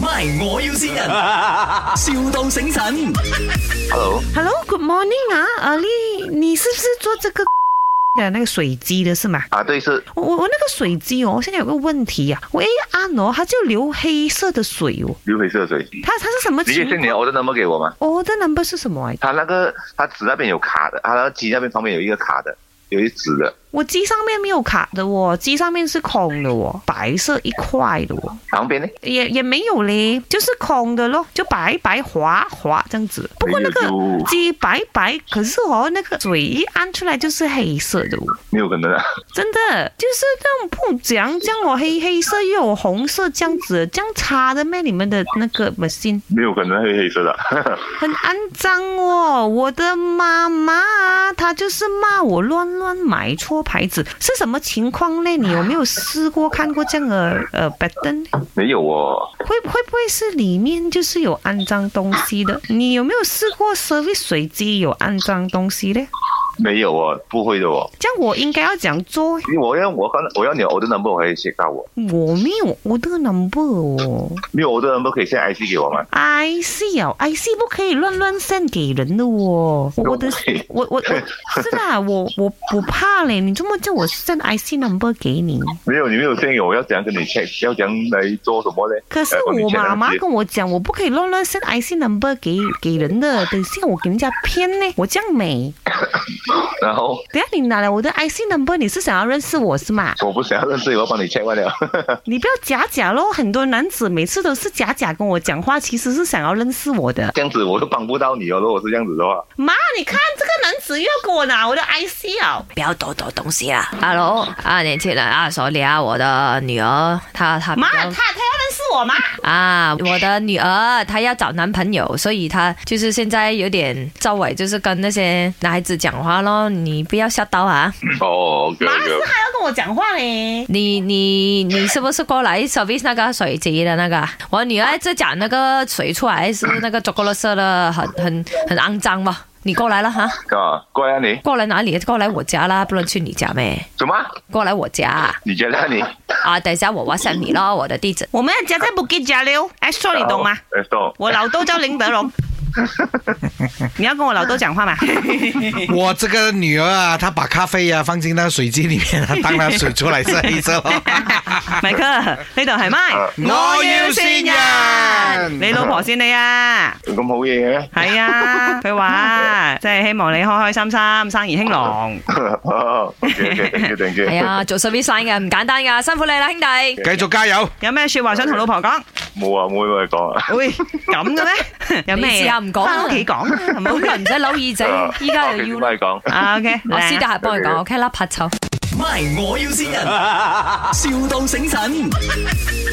，My 我要先人，,笑到醒神。 Hello， Hello，Good morning 啊，阿丽，你是不是做这个 的那个水机的是吗？啊，对，是我我我那个水机哦，现在有个问题呀、啊，我一按哦，它就流黑色的水哦，流回色水。它它是什么直接情是你的 order number 给我吗？哦，这 number 是什么、哎？他那个他纸那边有卡的，他那个机那边旁边有一个卡的，有一纸的。我机上面没有卡的哦，机上面是空的哦，白色一块的哦，旁边呢？也也没有嘞，就是空的咯，就白白滑滑这样子。不过那哎呦个就机白白，可是哦，那个水一按出来就是黑色的哦。没有可能啊，真的就是那种碰讲这样哦，黑黑色又有红色这样子，这样擦的咩？你们的那个 machine 没有可能黑黑色的。 很肮脏哦！我的妈妈啊她就是骂我乱乱买错牌子，是什么情况呢？你有没有试过看过这样的呃 b a t t o n 没有哦，会会不会是里面就是有肮脏东西的？你有没有试过 service 水机有肮脏东西呢？没有哦，不会的哦。这样我应该要怎样做？因为我要我刚我要你的 order number，我可以 check 到我。我没有我的 number 哦。没有 order number 可以 send IC 给我吗？ I C 哦，I C 不可以乱乱 send 给人的哦。我我的 OK 我我 我是啦，我我我怕嘞，你这么叫我 send I C number 给你，没有，你没有 send 给我，要怎样跟你 check？要怎样来做什么呢？可是来帮你呃我 check 妈妈那些跟我讲，我不可以乱乱 send I C number 给给人的，等一下我给人家骗呢，我这样美。然后等一下你拿来我的 I C number，你是想要认识我是 吗？我不想要认识你，我要帮你 check 完了。 你不要假假咯，很多男子每次都是假假跟我讲话，其实是想要认识我的。这样子我又帮不到你哦。如果是这样子的话，妈，你看这个男子又要给我拿我的 I C 啊、不要抖抖东西啦。Hello，啊，年轻人啊，索里啊，我的女儿，她她比妈，他他要较认识我吗？啊，我的女儿她要找男朋友，所以她就是现在有点周围就是跟那些男孩子讲话咯，你不要吓到啊。哦，OK 妈是他要跟我讲话嘞。你你你是不是过来 service 那个水机的那个啊？我女儿一直讲那个水出来是那个巧克力色的，很很很肮脏嘛。你过来了哈，啊，过来啊你，过来哪里？过来我家啦，不能去你家咩？什么？过来我家啊！你觉得啊你？啊等一下我 WhatsApp 你咯，我的地址。我们要夹在不给夹溜。哎，说你懂吗？哎，懂。我老豆叫林德 荣。你要跟我老豆讲话嘛？ 我这个女儿啊，她把咖啡啊放进那个水机里面啊，当然水出来是黑色咯。麦克，呢度系咪？我要先人你老婆先你 啊，咁好嘢嘅咩？系啊，佢话即系希望你开开心心，生意兴 隆。哦，OK，OK，thank you，thank you。系，啊，做 service line 嘅唔簡單噶，辛苦你啦，兄弟。继续加油！有咩说话想同老婆 讲？冇啊，冇嘢講啊。喂，咁嘅咩？有 你咩？試下唔講啊翻屋企讲，係咪本來唔使扭耳啊仔，依家又要啦咩講？啊？OK，我私底嚟啊下幫佢講 OK 啦，拍手。 My 我要先人，,笑到醒神。